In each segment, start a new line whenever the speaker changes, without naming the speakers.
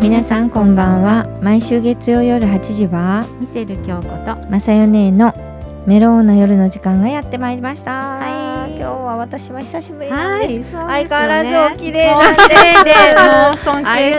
皆さんこんばんは毎週月曜夜8時は
ミセル京子と
まさよ姉のメローな夜の時間がやってまいりました、
はい
今日は私は久しぶりなんです、
そうですよね
相変わらずお綺麗
もう
なんです
もう尊敬してお
あり
ります
がとうござい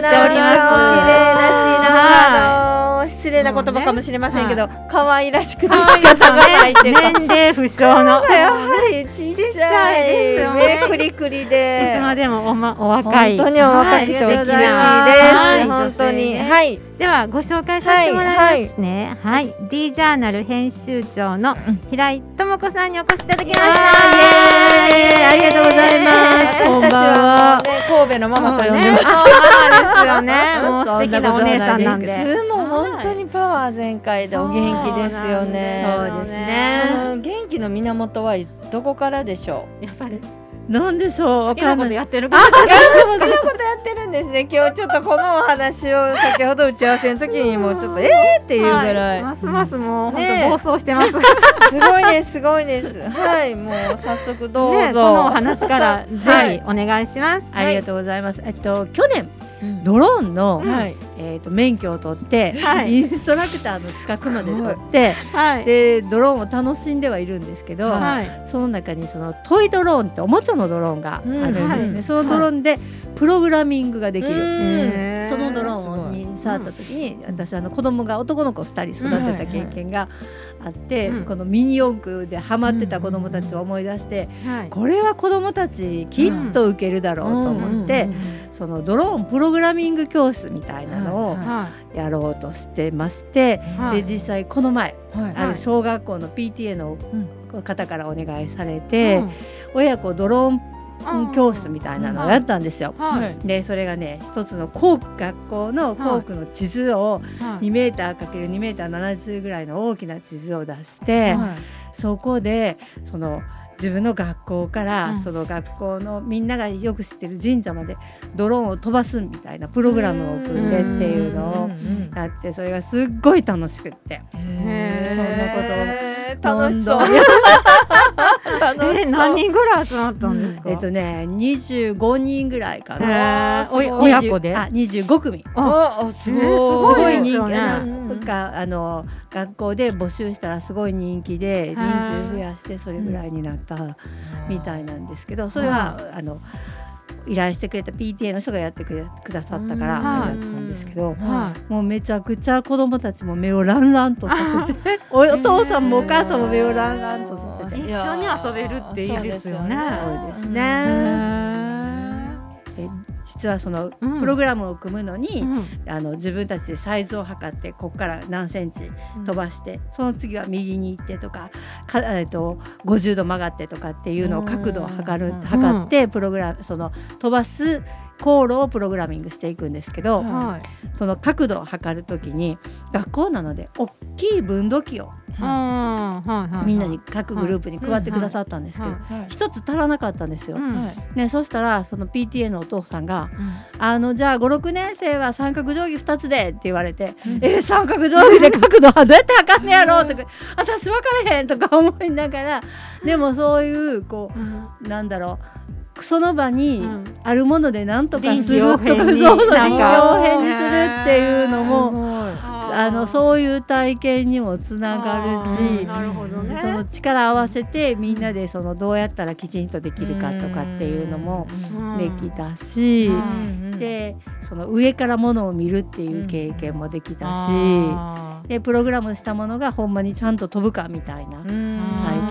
ます綺麗
はい
だしなんかあの失礼な言葉かもしれませんけど、可愛らしくて仕方がないっていうか
年齢不詳の
やはりちっちゃ
いですよ
い
ね
目くりくり
い
で
つまでもお,、ま、お若い
本当にお若く
はい
て
素
お綺麗
敵
です、
なはい
本当に
女性ね
はい
ではご紹介させてもらいますねはい、D ジャーナル編集長の平井智子さんにお越しいただきました
あーイエーイありがとうござい
ます
私たちはもうね神戸のママと呼んでます。
そうなん ですよねもう素敵なお姉さんなん
い
で
つも本当にパワー全開でお元気ですよね。
そうなん
ですよ
ね
その元気の源はどこからでしょう。
やっぱり
なんでしょう、わ
好きな
かん
こ
な
と
い。
やってるから
あ、でもそういうことやってるんですね。今日ちょっとこのお話を先ほど打ち合わせの時にもちょっとえーっていうぐらい。
ますますもう本
ねえ
当暴走してます、
すごいですすごいです。はいもう早速ど
ね
う
えこのお
ぞ。
話からぜ
はい
ひお願いします、
ありが
と
とうございます。えっと去年
うん
ドローンの、
はい。
えっと免許を取って、
はい
インストラクターの資格まで取って、
うはい
でドローンを楽しんではいるんですけど、
はい
その中にそのトイドローンっておもちゃのドローンがあるんですね。
うん
そのドローンでプログラミングができる。
うん
へえ
そのドロ
す
ー
ご
ン
い
に触った時に、私あの子供が男の子2人育てた経験があって、
うん
このミニ四駆でハマってた子供たちを思い出して、
はい
これは子どもたちきっと受けるだろうと思って、そのドローンプログラミング教室みたいなのを
はい
は
やろうとしてまして、
いはい
で実際この前
はい
ある小学校の PTA の方からお願いされて、
うん
親子ドローン教室みたいなのをやったんですよ。
はい
でそれがね一つの校区学校の校区の地図を
はい
2メーター ×2 メーター70ぐらいの大きな地図を出して。
はい
そこでその自分の学校から、
うん
その学校のみんながよく知ってる神社までドローンを飛ばすみたいなプログラムを組んでっていうのをやってそれがすっごい楽しくって
へ
え
そんなことを
楽しそう。
どんどん
楽し
え
そう
何人ぐらい集まったんですか、
えっとね25人ぐらいか
へ
な。
えおい
すごい
親子で
あ25組
おおすごい、
えー
すごい
ね
人気、
ね
あ
うんう
の
ん
とかあの学校で募集したらすごい人気で人数増やしてそれぐらいになったみたいなんですけどそれは、あの依頼してくれた PTA の人がやってくれくださったか
う
ら
ん
あれだったんですけど、
は
もうめちゃくちゃ子供たちも目をランランとさせておお父さんもお母さんも目をランランとさせて。
一緒に遊べるっていいですよね
そうですね
い
え実はその
うん
プログラムを組むのに、
うん
あの自分たちでサイズを測ってここから何センチ飛ばして、その次は右に行ってとかか、えっと、50度曲がってとかっていうのを角度を測る、
うん
測ってプログラムその飛ばす航路をプログラミングしていくんですけど、
うん
はい
その角度を測る時に学校なので大きい分度器を
うんはいはい
みんなに各グループに配ってくださったんですけど
はいは
一つ足らなかったんですよ。
うん
ね、そしたらその PTA のお父さんが
うん
「あのじゃあ56年生は三角定規2つで」って言われて
うん
えー三角定規で角度はどうやって測んねやろうとか私分からへんとか思いながらでもそういうこ
うん
うなんだろうその場に
うん
あるものでなんとかするとか、
臨機応変に
そうそう
なん
臨機
か
応変にするっていうのもあの
う
そういう体験にもつながるし。
なるほどね
その力を合わせてみんなでそのどうやったらきちんとできるかとかっていうのもできたし、
うん
でその上からものを見るっていう経験もできたし、
あー
でプログラムしたものがほんまにちゃんと飛ぶかみたいな、体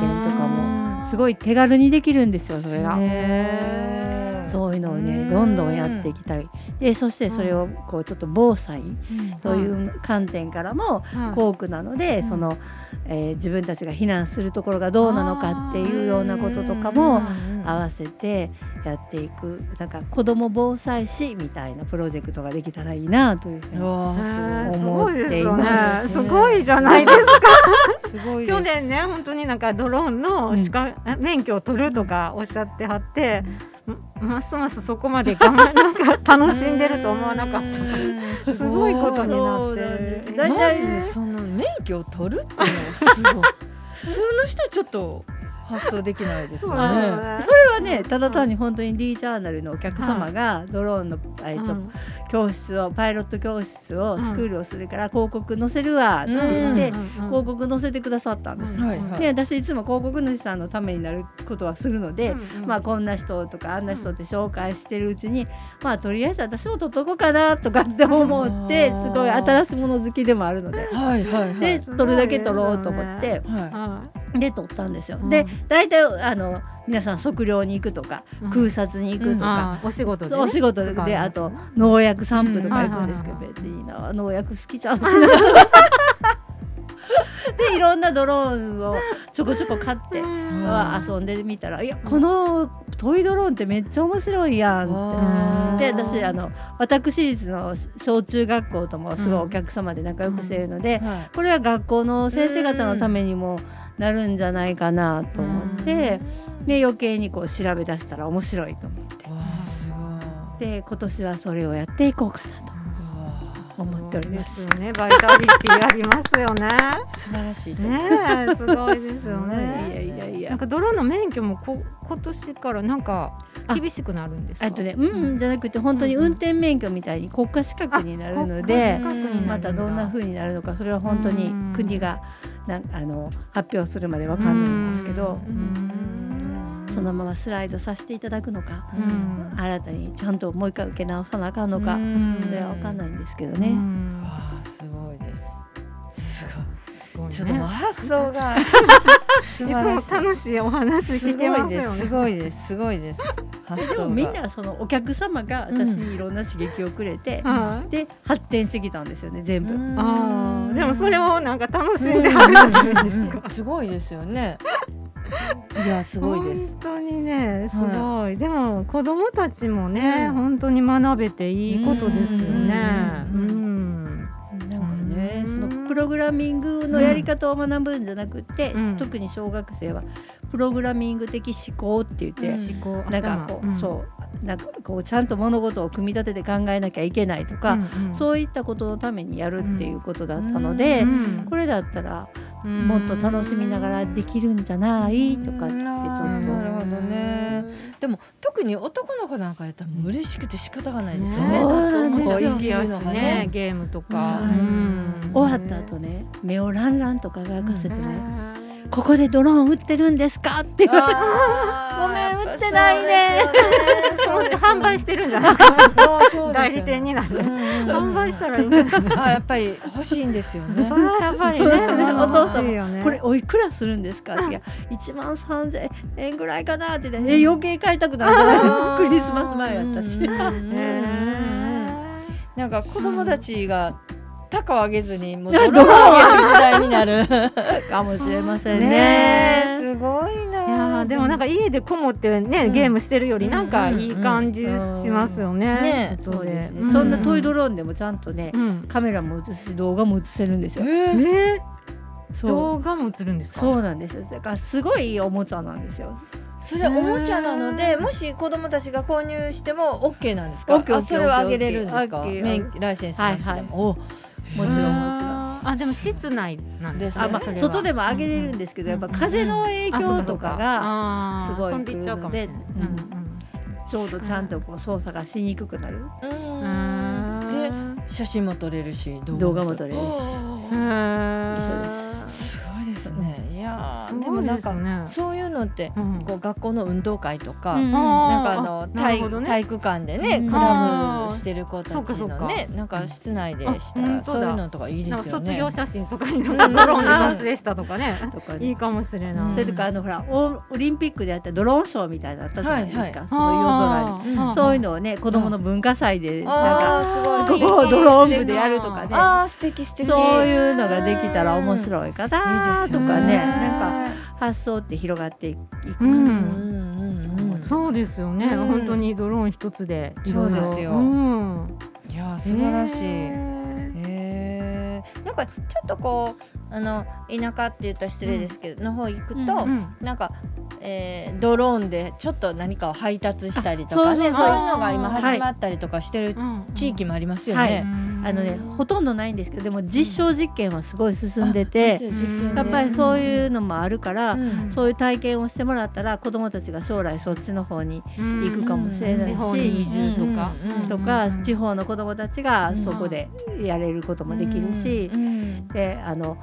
験とか
も
すごい手軽にできるんですよそれが。
へー
そういうのを
うん
ねどんどんやっていきたいでそしてそれをこうちょっと防災という観点からも
はい
校区なのでその、えー自分たちが避難するところがどうなのかっていうようなこととかも合わせてやっていくなんか子ども防災士みたいなプロジェクトができたらいいなというふうに
へーす
思
ご
っ
いです
てい
よね
ます
すごいじゃ ないですか
すごい
去年ね本当になんかドローンの資格え免許を取るとかおっしゃってはってんますますそこまで頑張るなん か楽しんでると思わなかった
た
すごいことになってる
そうなんです
マジでその免許を取るっていうのはすごい普通の人はちょっと発想できないで すよ
そうだ
ね
よ。ね
それはねただ単に本当に D ジャーナルのお客様がドローンの、えっと
うん
教室をパイロット教室を
うん
スクールをするから広告載せるわって言って、
う
広告載せてくださったんですよ。
はいはい
で私いつも広告主さんのためになることはするので、まあ、こんな人とかあんな人って紹介してるうちに、まあとりあえず私も撮っとこうかなとかって思って
あー
すごい新しいもの好きでもあるので。
はいはいはい。
で撮るだけ撮ろうと思っ
すごい
て
はい
で撮ったんですよ。
うん
で大体あの皆さん測量に行くとか
うん
空撮に行くとか、
あーお仕事で、ね、
お仕事
とか
で
ね
あと農薬散布とか行くんですけど、
うん
別にいいな農薬好きじゃんしな でいろんなドローンをちょこちょこ買って
うん
は遊んでみたら「いやこのトイドローンってめっちゃ面白いやん」って。
あー
で私あの私立の小中学校ともすごいお客様で仲良くしているので、
は
これは学校の先生方のためにもなるんじゃないかなと思って、で余計にこう調べ出したら面白いと思って
い。わあすごい。
で今年はそれをやっていこうかなと
わ
思っております
すごいですよねバイタリティありますよね
あ素晴らしいと思う。
ねえすごいですよ
すご
ね
い
いやいやい
なん
や
かドローンの免許もこ今年からなんか
あ
厳しくなるんですか
あとねうんうんじゃなくて本当に運転免許みたいに国家資格になるの
国家
で
資格になるんだ
またどんな風になるのかそれは本当に国がなんあの発表するまでわかんないんですけど
うん
そのままスライドさせていただくのか
うん
新たにちゃんともう一回受け直さなあかんのか
うん
それはわかんないんですけど
う
ね。
ん
わあすごいです。す
すごい
ご
ね
い。ちょっともう発 想が素
いつ
晴らしい。
も楽しいお話
す
聞け
ごい
ます
です。
よ
す
ね。
ごいです。すごいです。発
で
想が
もみんなそのお客様が私にいろんな刺激をくれて、
はい
で発展してきたんですよね全部。
うん
ああ、でもそれをなんか楽し
うん
んではるじゃないです
うん
か。
すごいですよね。いやすごいです
本。当にね、すごい。でも子供たちもね、
うん
本当に学べていいことですよね。
う
うんん。
なんかね
うん
そのプログラミングのやり方を学ぶんじゃなくて、
うん
特に小学生はプログラミング的思考って言っ
う
て、
ん
思考
なんかこう、
う
そうなんかこうちゃんと物事を組み立てて考えなきゃいけないとか、そういったことのためにやるっていうことだったので、
うん
これだったら
う
もっと楽しみながらできるんじゃないとかっ
う
てちょっと
んなるほどね。でも特に男の子なんかやったらもう嬉しくて仕方がないですよね。
そうなんですよ
こう
よ
生きるの
ね
がね。
ゲームとか、
うん
うん
終わった後ね目をランランと輝かせてね、
ね
ここでドローン撃ってるんですかって言われて
ご
ごめん売ってないね。
そうですよね
販売してるんじゃないですか
そうそうですよね
代理店になって販
販
売したらいいんじゃない
あやっぱり欲しいんですよね
そ。れはやっぱりね
お父さんも
も
これおいくらするんですかっていや1万3000円ぐらいかなって言って、え余計買いたくなるじゃない クリスマス前やったし、
うんうんうんうんなんか子供たちが高を上げずにもうドローンを上げる時代になる。
かもしれませんね
ねえすごい
いや
な
ーでもなんか家でこもってね、
うん
ゲームしてるよりなんか
うんうんうん
いい感じしますよね。
ね
そうですね、
外
そんなトイド
ロ
ローンでもちゃんとね、
ーン、うん
カメラも映すし動画も映せるんですよ、
えー
ね
そう
動画も映るんですか。。
そううなんですよだからすごいいいおもちゃなんですよ
それおもちゃなのでもし子供たちが購入しても OK なんですか
OK
あそれはあげれるんですか
OK
免ライセンスなしでも、
はいはい
お
もちろんもちろん
あでも室内なんですね。
あま
それ
あ、
は
外でも上げれるんですけど、
うんうん
やっぱ風の影響とかが
が
すごい
飛んでいっちゃうかもしれない。
うんちょうどちゃんとこう操作がしにくくなる
う
うんん
で写真も撮れるし
動画も撮れるし
お
う
ー
ん
一緒です
すごいですねいやーで
で
も
も
な
なんん
か
かね。
そういうのって
うん
こう学校の運動会とか、
うん
なんかあ
ー
の
な
体
るほどね
体育館でね、
うん
クラブしてる子た
あーそ
ち
うか
の
そう
ねなんか室内でした
あ
ら、
本当だ
そういうのとかいいで
なんか
すよ
卒
ね。
業写真とかになんかドローンで撮影したとかね。
とか
い
ね
い。かもしれない。
それとかあのほらオオリンピックであったドローンショーみたいなのあったじゃないですか、
はいは
その夜空に。
空に
あー
うん
そういうのをね子供の文化祭でなんか
あーす
こ
ごい
こをドローン部でやるとかね
あー素敵素敵
そういうのができたら面白いか
い
ない
です
と
よね
かねなんか
んか
発想って広がっていくか
う
な、
ん
うんうんうん
そうですよね、
うん
本当にドローン一つでいろいろ
そうですよ
ん、
いやー素晴らしい。
へ
へーなんかちょっとこうあの田舎って言ったら失礼ですけど、の方行くと、
うん
ーうん
なんか、えードローンでちょっと何かを配達したりとかね
あ
そ
そうう
そうそう
いうのが今始まったりとかしてる
うん
地域もありますよ
は
ね。
いあのねほとんどないんですけどでも実証実験はすごい進んでて、
うん
やっぱりそういうのもあるから、
うん
そういう体験をしてもらったら子どもたちが将来そっちの方に行くかもしれないし、
地方に移住とか
うんうんうん
とか、地方の子どもたちがそこでやれることもできるし、
うん
であの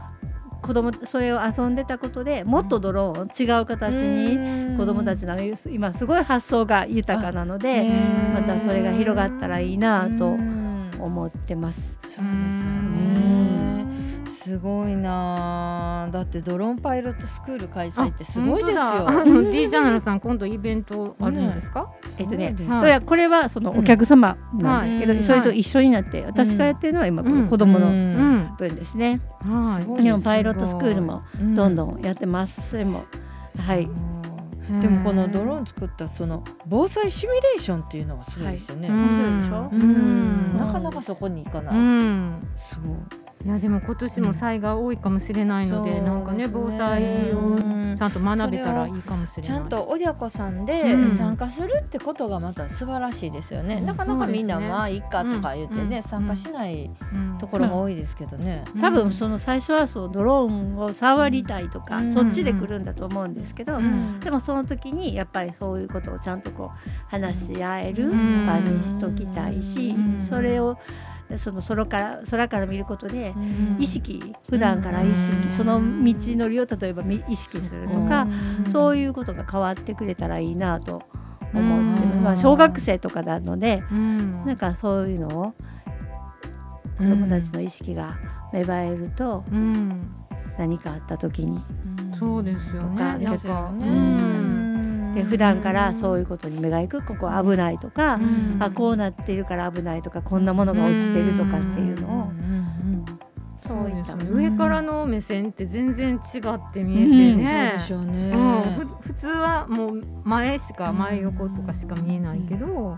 子供それを遊んでたことでもっとドローンを違う形に子どもたちの今すごい発想が豊かなので
うん
またそれが広がったらいいな
う
と
ん
思ってます。
そうですよね。すごいなあだってドローンパイロットスクール開催ってすごいです
あ本
よ。
当だあの D ジャーナルさん今度イベントあるんですか？
えっと
そう
ね
です
はい
それはこれはそのお客様なんですけど、
うん
それと一緒になって私がやってるのは今この子ども
う
の
うんん。
分ですね。
すごい
でもパイロットスクールもどんどんやってます。それもはい
うんでもこのドローン作ったその防災シミュレーションっていうのがすごいですよね。
面白いでしょ
うん
うん
なかなかそこに行か
う
ない。
ん。
すごい。
いやでも今年も災害多いかもしれないので、
そう
なんかね
ですね
防災をちゃんと学べたらいいかもしれない。
ちゃんと親子さんで
うん
参加するってことがまた素晴らしいですよね。
うん
なかなかみんな
そうですね
まあいいかとか言ってね、
うん
参加しない
うん
ところが多いですけどね。
多分その最初はそうドローンを触りたいとか、
うん
そっちで来るんだと思うんですけど、
うんうん
でもその時にやっぱりそういうことをちゃんとこう話し合える
うん
場にしときたいし、
うん
それをその空から空から見ることで
うん
意識普段から意識、
うん
その道のりを例えばみ意識するとか、そういうことが変わってくれたらいいなと思ってます、
うん
まあ、小学生とかなので
うん
なんかそういうのを子どもたちの意識が芽生えると
うん
何かあった時に
そうですよ
とか
ね。
ですよね。
う
うん
ん
で普段からそういうことに目が行くここ危ないとか、
うん
あこうなってるから危ないとかこんなものが落ちてるとかっていうのを、
うん
そういった
です
ね
上からの目線って全然違って見えて
うん
ね
そう。でしょうね。
うんふ普通はもう前しか前横とかしか見えないけど、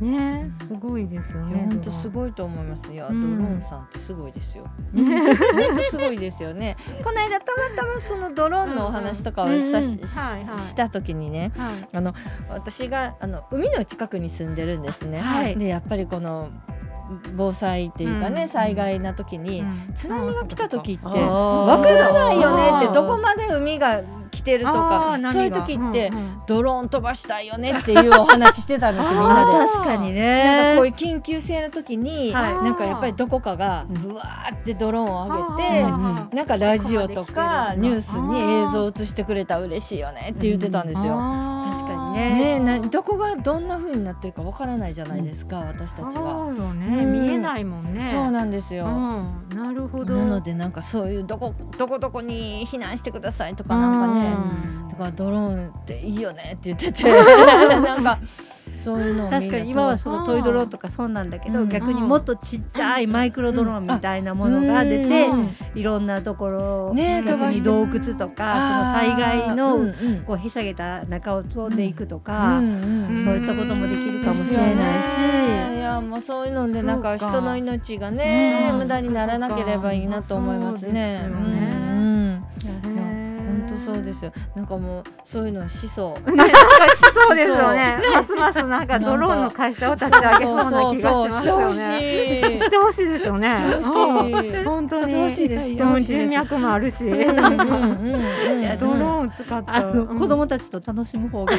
ねすごいですよ
いや
ね。
本当すごいと思います。いや、
うん
ドローンさんってすごいですよ。本当すごいですよね。この間たまたまそのドローンのお話とかをさし,し、
うんうん
はいはい
した時にね、
はい
あの私があの海の近くに住んでるんですね。
はい
でやっぱりこの防災っていうか
う
ね、
ん
災害な時に、津波が来た時ってわ
わ
からないよねっ
あ
て
ー
どこまで海が来てるとかそういう時って、ドローン飛ばしたいよねっていうお話してたんですよみんなで。
あー
確かに
なん
ね
かこういう緊急性の時に、
はい
なんかやっぱりどこかがぶわーってドローンを上げて、
う
なんかラジオとか
ここまで来てるんだ
ニュースに映像を映してくれたら嬉しいよねって言ってたんですよ。
確かに
ね
ね
えなどこがどんな風になってるかわからないじゃないですか、私たちは。
そうよね、
うん
見えないもんね。
そうなんですよ。
うんなるほど。
なのでなんかそういうどこどこどこに避難してくださいとかなんかねだからドローンっていいよねって言って てなんかそういうのをみんな
確かに今はそのトイドローンとかそうなんだけど、
うん
逆にもっとちっちゃいマイクロドローンみたいなものが出て、
うん
いろんなところを、
ねえ
特に洞窟とかその災害の、
うんうん
こうへしゃげた中を飛んでいくとか、
うん
そういったこともできるかもしれないし、
いやもうそういうのでなんか
そうか
人の命がね、
うん
無駄にならなければいいなと思います
そう
ね。
ですよね
うんうん本
本
当そうですよ。なんかもうそういうのしそう。
ね、なんかしそうですよね
し。
ますますなんかドローンの会社を立ち上げそうな気がしますよね。
してほし
してほしいですよね。
してほしい
うん本当に。
してほしいですしてほしいです
人脈もあるし、
い。
なんか
うんうんうん
いや
ドローンを使った
あの子供たちと楽しむ方 が、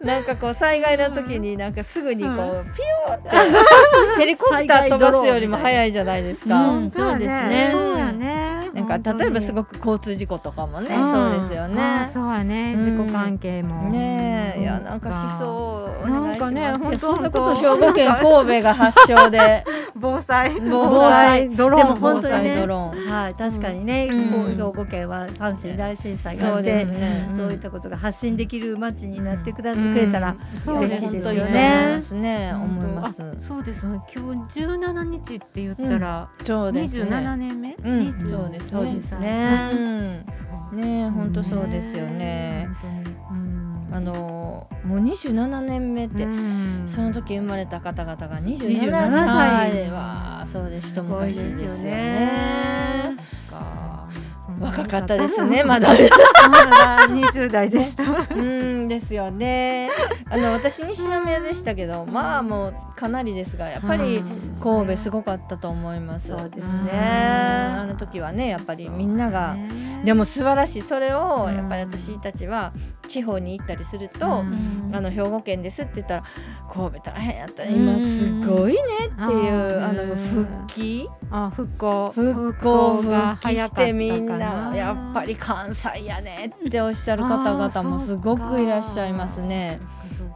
なんかこう災害の時になんかすぐにこう、
う
ピューってヘリコプター飛ばすよりも早いじゃないですか。
うんそうですね
そうやね。
なんか例えばす
く
ごく交通事故とかもね、そうですよね。
そうやね。
うん
自己関係も。
ねえ、いやなんか思想お願いしま
なんか
す。
ね
いや
ほ
そ
んと
んなこ
ほ
と
んと
兵庫県神戸が発 祥で
防災。
防
災
ドロ
で
ーン。
も本
防
当に
災
ね
ドローン。
はい、確かにね、
うん
こう兵庫県は阪神大震災が
そ
あ
う
っ
で
て
すね。
そういったことが発信できる街になってくだ、くれたら、
うん
嬉しいですよね
いや本当に思いますね。
うん
思います。
あそうですね。今日十七日って言ったら
そうで
二
す
十
ね
七。年目。
うん
20
そうです
そうです
う
ね。
ん。
そう
ねえ、本当そうですよね。。
本当に
あのーもう27年目っ
う
て、
ん
その時生まれた方々が27
27
歳はそうです一昔ですよね。
そっか
若かったですねまだ
まだ20代で した。
うんですよねあの私西宮でしたけどまあもうかなりですがやっぱり
うん
神戸すごかったと思います
そうです
うんあ
ね。
の時はねやっぱりみんながでも素晴らしいそれをやっぱり私たちは地方に行ったりすると、
うん
あの兵庫県ですって言ったら神戸大変やった今すごいねっていう、
うん
あの復帰
あ復興
復興
が
復帰
早
し
かった
て
か
みんなやっぱり関西やねっておっしゃる方々もすごくいらっしゃいますね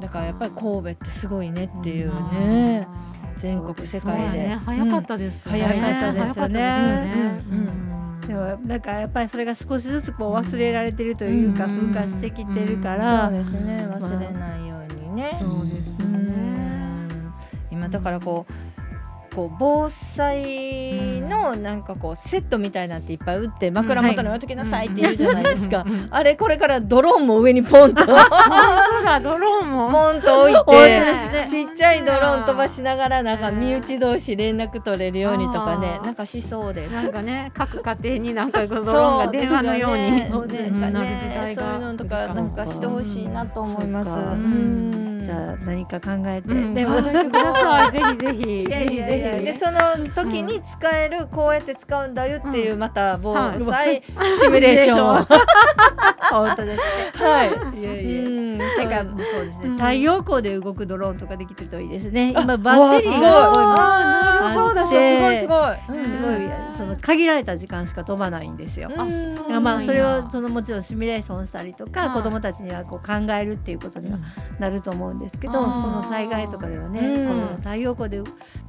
だからやっぱり神戸ってすごいねっていうね全国世
そう
界
や
で、
ね早かったですね
うん早かったですよね
早かったですよね
うんうん
でもなんかやっぱりそれが少しずつこう忘れられてるというか
うん
風化してきてるか
う
ら、
そうですね忘れないようにね、
そうです
う
ね
ん今だからこうこう防災のなんかこうセットみたいなんていっぱい打って枕元に置いときなさいって言うじゃないですか、
うんうんうんうん
あれこれからドローンも上にポ ンと
そうだドローンも
ポンと置い
置いて
て
ねです
ちっちゃいドローン飛ばしながらなんか
うん
身内同士連絡取れるようにとかね
あー
なんかしそうです。
なんかね各家庭になんかドローン
そ
が
うで
電
すよ
話のように
ねそうです
な
か
る
ね
時代
そういう
が
のとかなんかしてほしいなと思います。
そうか
うん
じゃあ何か考えて、
うん
で
でも
も
あ
くださいぜひぜひ
いやいやいや
ぜひ
で
ぜひ
その時に使える、こうやって使うんだよっていううまた防
はい
災シミュレーション
本当 ですね。
はい。
いや
う
いや。
ん、
なんかもうそうです
う
ね、
ん
太陽光で動くドローンとかできてるといいですね。今バ
わ
ッ
あ
テリー
すごい
が
あ
ー
ーそうだそうすごいすごい。
うん
すごいその限られた時間しか飛ばないんですよ。
うんうん
あ
だからまあ
そう
そ
なん
れ
や
をそのもちろんシミュレーションしたりとか、
はい
子どもたちにはこう考えるっていうことにはなると思うんですけど、
あー
その災害とかではね、
うん
こういうの太陽光で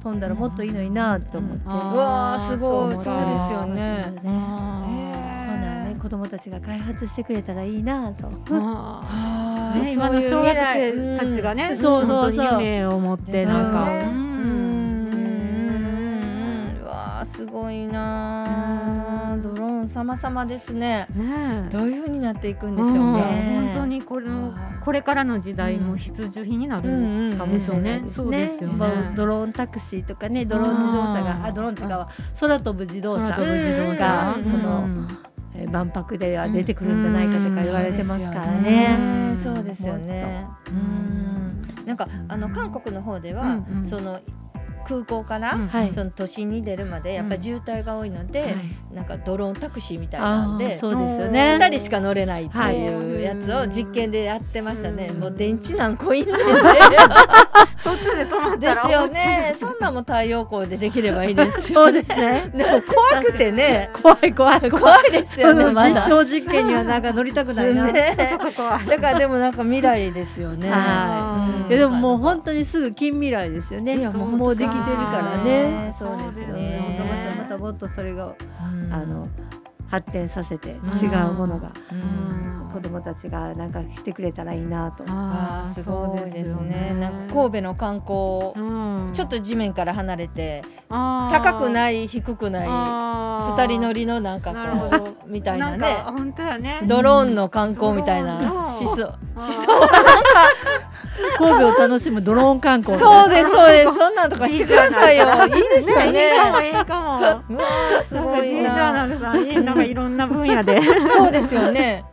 飛んだらもっといいのになと思って、
う
うんんうわあすごい
あー
そ
そうう
ですよ
そう
ね。
ですよね
あ
そうだね子どもたちが開発してくれたらいいなと。
ーあー
はあ
ね、今の小学生たちがね、
そうそうそう
本当に夢を持ってなんか、
そうね
うん
うわあすごいなあ。ドローン様々ですね。
ねえ
どういう風になっていくんでしょうね。
ね
本当にこの
はい
これからの時代も必需品になるかもしれないです
ね
ね。
まあドローンタクシーとかねドローン自動車
あ
が
ー
あドローン違うわ空飛ぶ自動車
飛ぶ自動車
が、
うん
その、
うん
えー万博では出てくるんじゃないかとか言われてますからね。
うんそうですよね。うんなんかあの韓国の方では、
うんうん
その空港から、
うん
はい
その都心に出るまでやっぱり渋滞が多いので、
はい
なんかドローンタクシーみたいなん
あー
で。
そうですよ
あ
ね。
2人しか乗れないっていうやつを実験でやってましたね、もう電池なんこいんねんで
途中で止まった
で
ら
すよね そんなんも太陽光でできればいいです
そ
よ
うですね。
でも怖くてね
怖い怖い怖い。
怖いですよ
そ
ね
の
ま
実
だ
証実験にはなんか乗りたくないな。い
ね
ちょっと怖い。
だからでもなんか未来ですよね
は
う
や
ん
でももう本当にすぐ近未来ですよね。
いやもう
もうできてるからね。
そうです
そう
うん
ね
また
ね
またもっとそれが
うん
あの発展させて
ん
違うものが
うん
子どもたちがなんかしてくれたらいいなと。
あーすごいですねなんか
戸、
神戸の観光
うん
ちょっと地面から離れて
あー
高くない低くない
あー
二人乗りのなんか
なるほ
こうみたいなね
んか本当やね。
ドローンの観光みたい
ドローンの
なしそう
ー
しそうなんか
神戸を楽しむドローン観光。
そうですそう ですそんなんとかしてくださいよ いいです
い
よ
いかも
ね
いいかも。
うわーすごいな
なんかジェイジャーナルさんいいなんかいろんな分野 で。
そうですよね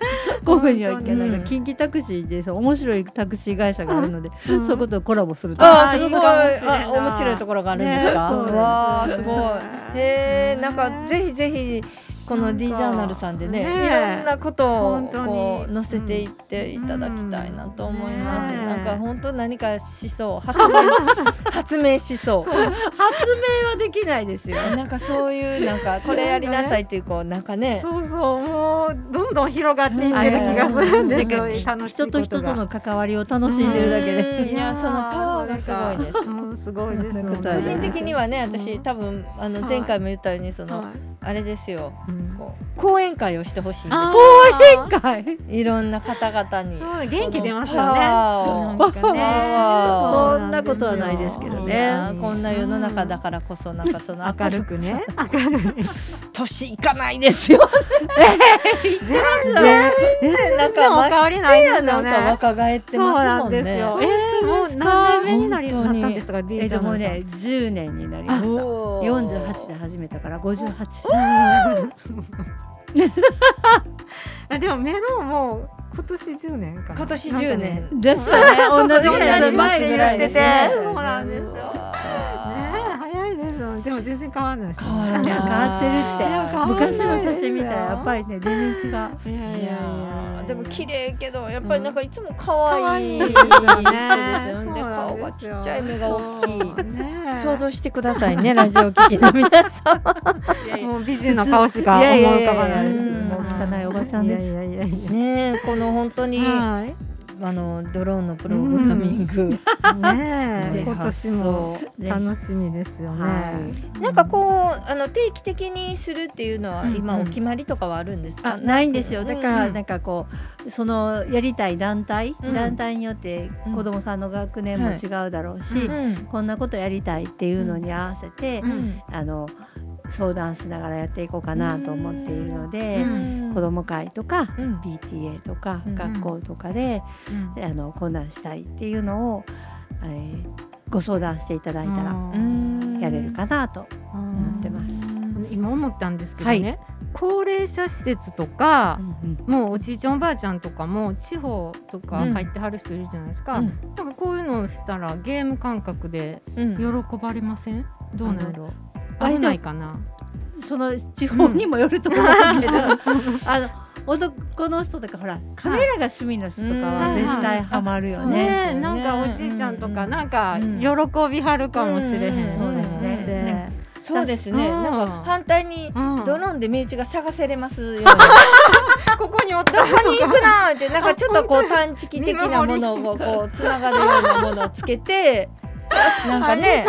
神戸には
うん
なんか近畿タクシーでそう面白いタクシー会社があるので、
うん
そういうことをコラボすると
あ
あ
ー
ー
すごい
いいかもしれない
あ面白いところがあるんですか、
ねそうです
わあすごいへえ
ね
なんかぜひぜひこ
な
の
んか
D ジャーナルさんでね
ね
いろんなことを
本当に
こう載せていっていただきたいなと思います、
うんね
なんか本当何かしそう 発明発明しそう
発明はできないですよ。
なんかそういうなんかこれやりなさいっていうこうなんかね
そうそうもうどんどん広がっていってる気がするんですよ。楽しいことが
人と人との関わりを楽しんでるだけで、
うんいやそのパワーがすごいです
うんすごいです。
そんなことは
個
ない
人的にはね私
うん
多分あの
はい
前回も言ったようにその
はい
あれですよ
うん
こう講演会をしてほしいんです
あー
はい、
いろんな方々に
そう元気出ます
この
よ
パ
ね。な
ワーを
んかね
パ
ワーをそんなことはないですけど
い
ね
やーこんな世の中だからこそなんかその
明るくね。明るい。
年いかないですよ
全然
なんか
お変わりないですよね
なんか若返って
そう
ます
な
も
ん
ん
です
ね
よ。えーもう何年目になり
本
な
当
っ
に
たんですか。D
えっともうね、10年になりました。48で始めたから58。
ジャーナルさん。あでもメロンも今年10年かな。
今年10
なんかね
年
ですよね。
そう
同じぐら
そう
い
そう
前ぐらいですね。
そうなんですよ
うわ
ねえ早いですよ。でも全然変わらないですね。
変わら
い
な
や変わってる
いや変わ
って
んない
昔の写真みたいやっぱりね全然違う。
いや
い
いやい
や
や。
でも綺麗けどやっぱりなんかいつも可愛い
可愛い
人ですよ
そ
ね。
うなんです
で
よ
顔がちっちゃい目が大きい。
ねえ
想像してくださいね ラジオ聞きの皆様。
もう美人の顔しか思
いやい
い
やい
浮
や
かばないです。
うんもう
汚いおばちゃんです
いやいやいやいや
ねえこの本当にあ
はい。
のドローンのプログラミング、
ねえ
すご
今
い発
年も
想。
ね
楽しみですよね。
はい
なんかこうあの定期的にするっていうのは、
うんうん
今お決まりとかはあるんですか。
あないんですよだか
うんう
ら
ん
なんかこうそのやりたい団体、
うん
団体によって子どもさんの学年も違うだろうし、
はいう
うん
こんなことやりたいっていうのに合わせて、
うん
あの相談しながらやっていこうかなと思っているの
う
で、
ん
子ども会とか
うん
PTA とか
うん
学校とかで、
うん
あのこんなんしたいっていうのを、えーご相談していただいたら
うん
やれるかなと。
思
ってます
今思ったんですけど
は
ね、高齢者施設とか、
うん
もうおじいちゃんおばあちゃんとかも地方とか入ってはる人いるじゃないですか、
うん
なんかこういうのをしたらゲーム感覚で
うん
喜ばれませんどうなんやろ
あの
危ないかな
その地方にもよると思うけど、あの男の人とかほらカメラが趣味の人とかは
はい
絶対ハマるよ
うん
ね。
ね
ねなんかおじいちゃんと
うんうんう
か
ん
なんか喜びはるかもしれへん、
うんそうです
ねね
そうですね。
うん
なんか反対に
うん
ドローンで身内が探せれますように。ど
ここにおったら
こに行くなー ってなんかちょっとこう探知機的なものをこうつながるようなものをつけて、なんかね。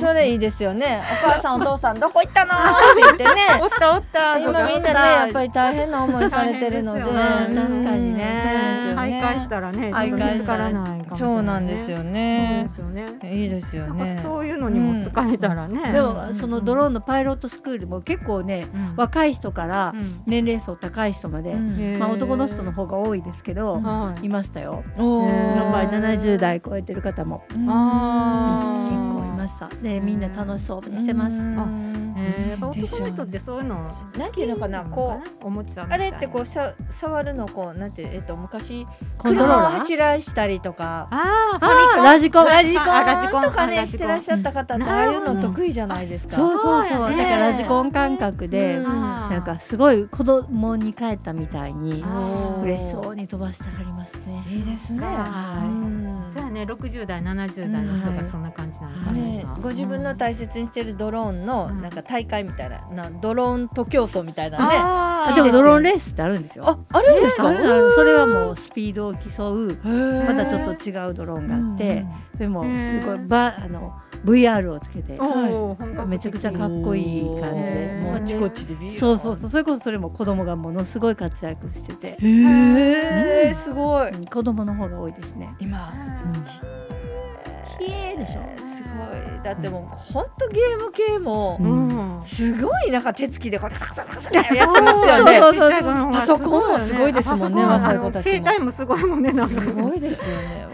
それいいですよね。お母さんお父さんどこ行ったのーって言ってね。
おったおったと
今
か
みんなねやっぱり大変な思いされてるので
大変ですよね
うん
確かにね
そうですよ
徘
ね
徊したらね、ちょっと見つからないかもしれないね。
そうなんですよ
そう
ね
ですよね。
いいですよ
なんか
ね
そういうのにも使えたらね。
でもそのドローンのパイロットスクールも結構ね
うん
若い人から
うん
年齢層高い人まで、
うん
まあ、男の人の方が多いですけど、
うん
はい
いましたよ。
おー
や
や
っぱり70代超えてる方も
うん
あ
結
ー
構いました。でみんな楽しそうにしてます。
うん
えーやっぱ男の人ってそういうの好き
なんていうのかなこ
うおもちゃみた
あ
いな
れってこうさ触るのこうなんていうえっと昔
コントロー
車を
ラー
柱したりとか
あー
あーラジコン
ラジコ
あラジコ
ン
ン
とか
あ
ね
ラジ
し
コン
てらっしゃった方ってああいうの得意じゃないですか。
そうそうそう
そうやね
だからラジコン感覚で、
うん
なんかすごい子供に帰ったみたいに
あー
嬉しそうに飛ばしてはりますね。
いいですね。
は
う
い
ん
じゃあね60代70代の人がそんな感じなのか
ね
な。
ご自分の大切にしてるドローンの
うん
なんか大会みたいななドローン徒競走みたいなねあ
あ
あ
ー
でもドローンレースってあるんですよ。
あるんですか
あるあるそれはもうスピードを競うま
ま
たちょっと違うドローンがあって、でもすご
へ
い
ー
ばあの VR をつけて
おー本格的
めちゃくちゃかっこいい感じで
へー
も
も
う
うあちこちでビール
そうそうそうそれこそそれも子供がものすごい活躍してて、
へえすごい
うん子供の方が多いですね。
今
ひえーでしょ
すごいだってもう本当ゲーム系も
う
うん
すごいなんか手つきでこうタタタタタタやってますよね
そう
パソコンもすごいですもんね
あ
若い
の
子たちも
携帯もすごいもんね。なんか
すごいですよねわ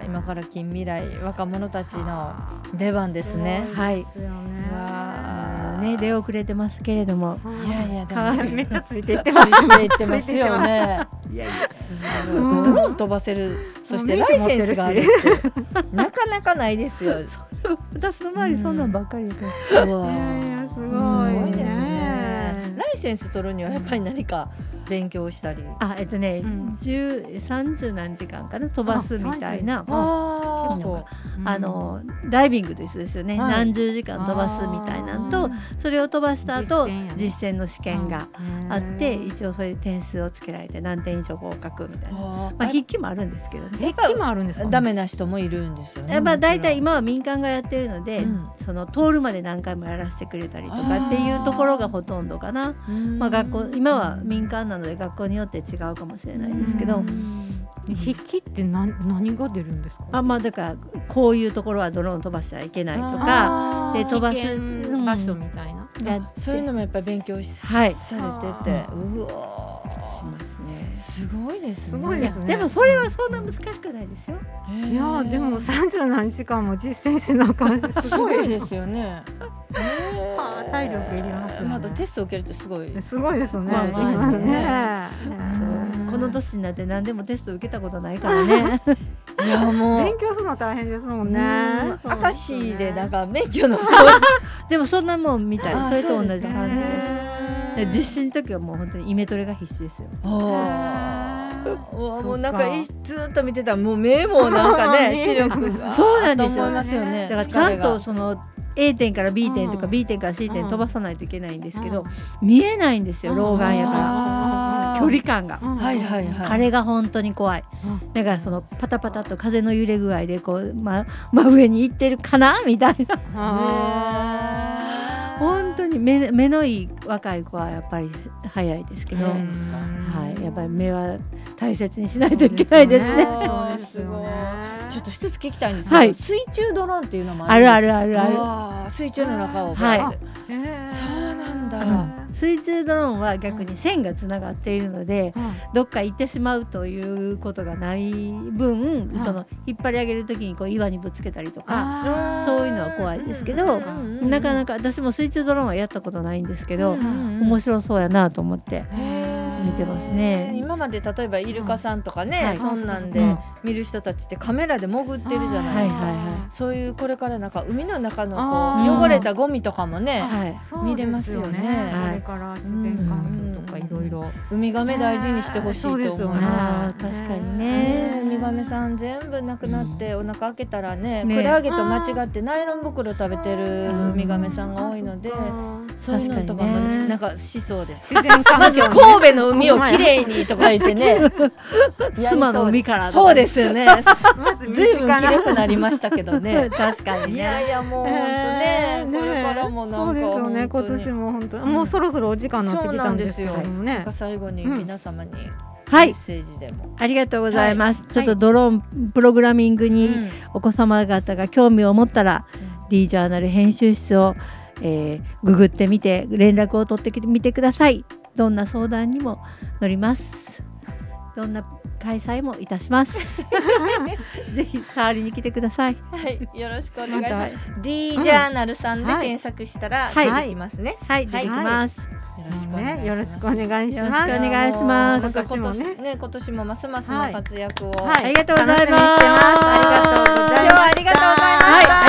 あ今から近未来若者たちの出番ですね
はい
ですよね
わあ
ね出遅れてますけれども
いやいやで
かわ
も
いいめっちゃついていって
つ
ます。
い ていってますよね。
いやい
ド
うん
ローン飛ばせる、そしてライセンスがあるってなかなかないですよ。す
私の周りそんなんばっかりで、
ごい
いやいやすごい
ごいですね。
ね
ライセンス取るにはやっぱり何か勉強したり。
あえっとね、
うん
10 30何時間かな飛ばすみたいなあ
あ
ー
ー
のダイビングと一緒ですよね、
はい
何十時間飛ばすみたいなんとそれを飛ばした後
実践やね
実践の試験があって、一応それで点数をつけられて何点以上合格みたいな、
あー
まあ、筆記もあるんですけどね。
え今あるんですか。
ダメな人もいるんですよね。
やっぱ大体
も
今は民間がやってるので、
うん
その通るまで何回もやらせてくれたりとかっていうところがほとんどかな
ちろん、
まあ、学校今は民
間
間なので学校によって違うかもしれないですけど、
うん
筆記ってな何が出るんですか。
あまあだからこういうところはドローン飛ばしちゃいけないとか
あ
で
ー
飛ばす
危険場所みたいな。
やって
そういうのもやっぱり勉強し、
はい
されてて、うおー
しますね。
すごいですね。
すごい
い
で
や
すね
でもそれはそんな難しくないですよ。
いやーでも
す
三十何時間も実践しなあかんしす
ご
ご
い
い
で
です
よ ね。
はあ体力いりますよね
まだテスト受けるってすごい。
す。すごいですね。
まあまあ
今ね
そう
ね
この年になって何でもテスト受けたことないからね。
いやも
勉強するの大変ですもんね。そう
明石でなん
か
か免許の
でもそんなもんみたい
あ
それと同じ感じ
そう
です。
ね
で実施の時はもう本当にイメトレが必死ですよ。
あーうわ
そっか
もうなんかいずーっと見てたらもう目もなんか ね
ね
視力が
そうなんですよ
と思いますよね
だからちゃんと
疲
その A 点から B 点とか
うん
B 点から C 点
うん
飛ばさないといけないんですけ
う
ど
ん、
見えないんですよ
うん
老眼やか
あ
ら
ー
距離感が。
うん
はいはいはい
あれが本当に怖い
うん
だからそのパタパタと風の揺れ具合でこう、ま、 真上に行ってるかな みたいな
あー
本当に目目のいい若い子はやっぱり早いですけど、
う
うん
んですか
はい、やっぱり目は大切にしないといけないですね。
そうですよね
ちょっと一つ聞きたいんですけど、
はい
水中ドローンっていうのも
あるあ
る
るあるある。
ある水中の中を
はい
あ
へー
そうなんだ、
う
うん
水中ドローンは逆に線がつながっているのでどっか行ってしまうということがない分、
うん
その引っ張り上げる時にこう岩にぶつけたりとか
あー
そういうのは怖いですけどなかな
か
か私も水中ドローンはやったことないんですけど、
うん
面白そうやなと思って。見てますね
今まで例えばイルカさんとかね、
はい
そんなん
う
で
ん
見る人たちってカメラで潜ってるじゃないですか、
はいはい
そういうこれからなんか海の中
あ
のこ
ー
う汚れたゴミとかもね
はい
そう
見れますよね
です
はい
これから自然環境とかいろいろ。
ウミガメ大事にしてほしいと思い
そうですよ
ます。
あー確かにね
ねえウミガメさん全部なくなってお腹開けたらね,、
ねえ
クラゲと間違ってナイロン袋食べてるウミガメさんが多いので、そういうのとかも
確かにね
なんかしそうです。
自然環境
まず神戸の海をきれいにとか言っ てね
須磨の海から
そうですよね
まず身
ずいぶ
近
ん
な
きれくなりましたけ どね
確かに
い
ね
やいやもう本当
え
ね
ー
これからもなんか
そうですよね
本
今
当に
年も本当
うん
にもうそろそろお時間になってきたんですけど
そ
も
うなん
ね
か最後に皆様にメ
は
ッ
い
セージでも、
ありがとうございます、ちょっとドローンプログラミングに、
うん
お子様方が興味を持ったら、D ジャーナル編集室を、えーググってみて連絡を取ってみてくださいどんな相談にも乗りますどんな開催もいたします ぜひ触りに来てください
はい、よろしくお願
ま
いします。
た
D ジ
うん
ャーナルさんで
はい
検索したら
は
出て
い
きますね。
はい出てきます、
よ
ねよろしくお
いし
願いします。
よろしくお願いします
なんか今年
今年も
ね今年もますますの活躍を。
はい
ありがとうございます
楽しみにしてますありがとうございます。
今日はありがとうございました
は